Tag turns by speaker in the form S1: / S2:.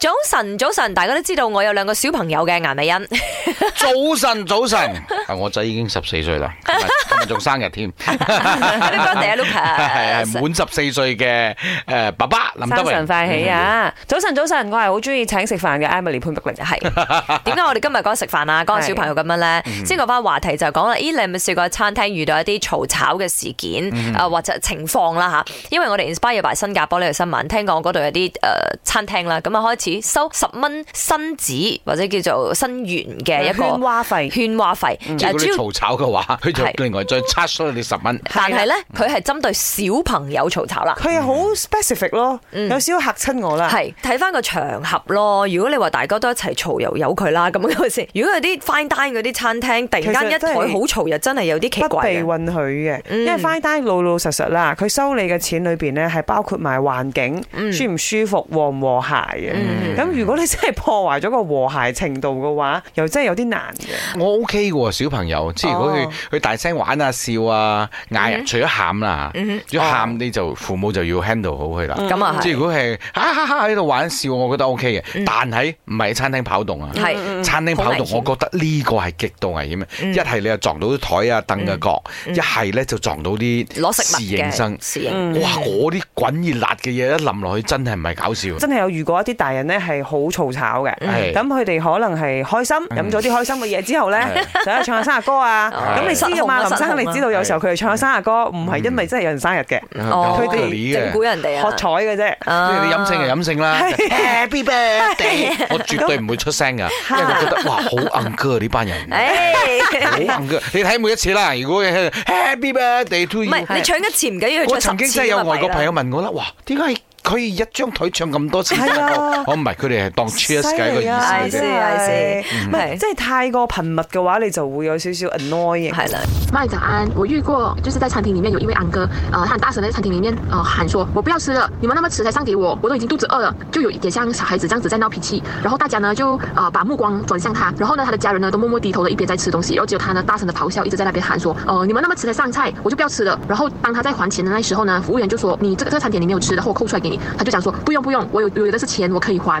S1: 早晨，早晨，大家都知道我有兩個小朋友嘅顏 美欣，
S2: 早晨，早晨， 啊，我仔已經十四歲啦， 今日今日仲生日 添，
S1: Happy birthday 啊
S2: 係
S1: Lucas！
S2: 滿十四歲嘅诶爸爸林德
S3: 生
S2: 榮
S3: 辰快喜！啊！早晨，早晨，我係好中意請食飯嘅 Emily 潘碧玲。啊
S1: 係點解我哋今日講食飯啊，講
S3: 係
S1: 小朋友咁樣咧？
S2: 嗯
S1: 先講翻話題就係講啦，咦，你有冇試過喺餐廳遇到一啲嘈吵嘅事件
S2: 嗯
S1: 啊，或者情況啦吓？因為我哋 inspire by 新加坡呢條新聞，聽講嗰度有啲诶餐廳啦，咁啊開始收十蚊新紙或者叫做新元嘅一
S3: 喧
S1: 個
S3: 哗費，
S1: 圈話費，
S2: 嗯即
S1: 誒
S2: 係如果
S1: 主
S2: 你
S1: 要
S2: 嘈吵嘅 話，佢就
S1: 係
S2: 另外再 charge 咗你十蚊。
S1: 但係咧，佢係針對小朋友嘈吵啦。
S4: 佢係好
S3: 嗯
S4: specific 咯，有少少嚇親我啦。
S1: 係睇翻個場合咯。如果你話大家都一齊嘈，又由佢啦咁樣先。如果有啲 fine dine 嗰啲餐廳，突然間一
S4: 其實真
S1: 台
S4: 係
S1: 好嘈，又真係有啲奇
S4: 不
S1: 怪嘅
S4: 被允許嘅，
S1: 嗯
S4: 因為 fine dine 老老實實啦，佢收你嘅錢裏邊咧係包括埋環境、
S3: 嗯
S4: 舒唔舒服、和唔和諧嘅。咁如果你真係破壞咗個和諧程度嘅話，又真係有啲難嘅。
S2: 我 OK 嘅喎，小朋友，即係如果佢佢大聲玩啊、笑啊、嗌啊，除咗喊啦，如果喊你就父母就要 handle 好佢啦。
S1: 咁啊
S2: 嗯即係
S1: 係
S2: 如果係哈哈哈喺度玩笑，我覺得 OK 嘅，但係唔係喺餐廳跑動啊。
S1: 係
S2: 餐廳跑
S1: 嗯好危
S2: 動，
S1: 險嗯
S2: 我覺得呢個係極度危險嘅。一係你又撞到台啊、凳嘅角，一係咧就撞到啲
S1: 攞食物
S2: 侍應生
S1: 嘅。嗯侍應。
S2: 哇！嗰啲滾熱辣嘅嘢一淋落去，真係唔係搞笑。
S4: 真係有遇過一啲大人咧係好嘈吵嘅，
S2: 係
S4: 咁佢哋可能係開心飲咗啲開心嘅嘢之後咧，就喺度唱下生日歌 啊。
S1: 係
S4: 咁你知㗎
S1: 失控啊
S4: 嘛，林
S1: 失控
S4: 生
S1: 啊
S4: 你知道有時候佢哋唱下生日歌，唔係因為真係有人生日嘅，
S2: 嗯
S1: 哦
S4: 佢哋
S1: 整
S2: 嘅。
S1: 蠱人哋
S4: 喝
S1: 啊！
S4: 彩嘅啫。
S2: 即係你 飲性就飲性啦 ，Happy birthday！我絕對唔會出聲噶，因為我覺得哇好硬哥呢 班人，
S1: 哎誒
S2: 好硬哥。你睇每一次啦，如果係 Happy birthday to
S1: 唔
S2: you，
S1: 係你搶一次唔緊要，
S2: 我
S1: 佢
S2: 曾
S1: 搶
S2: 經
S1: 十次啊
S2: 真係有外國朋
S1: 友。
S2: 友問我啦，哇點解可以一張台唱咁多次
S4: 係啊
S2: 我唔係佢哋係當 cheers 嘅一個意
S1: 啊
S2: 思
S1: 真
S2: 啫。
S1: 係
S4: 唔係即係太過頻密嘅話，你就會有少少 annoying。
S1: 係啦，
S5: 麦早安，我遇过就是在餐厅里面有一位安哥，呃，他很大声地在餐厅里面呃喊说，我不要吃了，你们那么迟才上给呃我，我都已经肚子饿了，就有一点像小孩子这样子在闹脾气，然后大家呢就呃把目光转向他，然后呢他的家人呢都默默低头的一边在吃东西，然后只有他呢大声的咆哮，一直在那边喊说，呃你们那么迟才上菜，我就不要吃了，然后当他在还钱的那时候呢，服务员就说你这个这个餐点你没有吃，然后我扣出来给你，他就讲说不用不用，我有有的是钱，我可以还。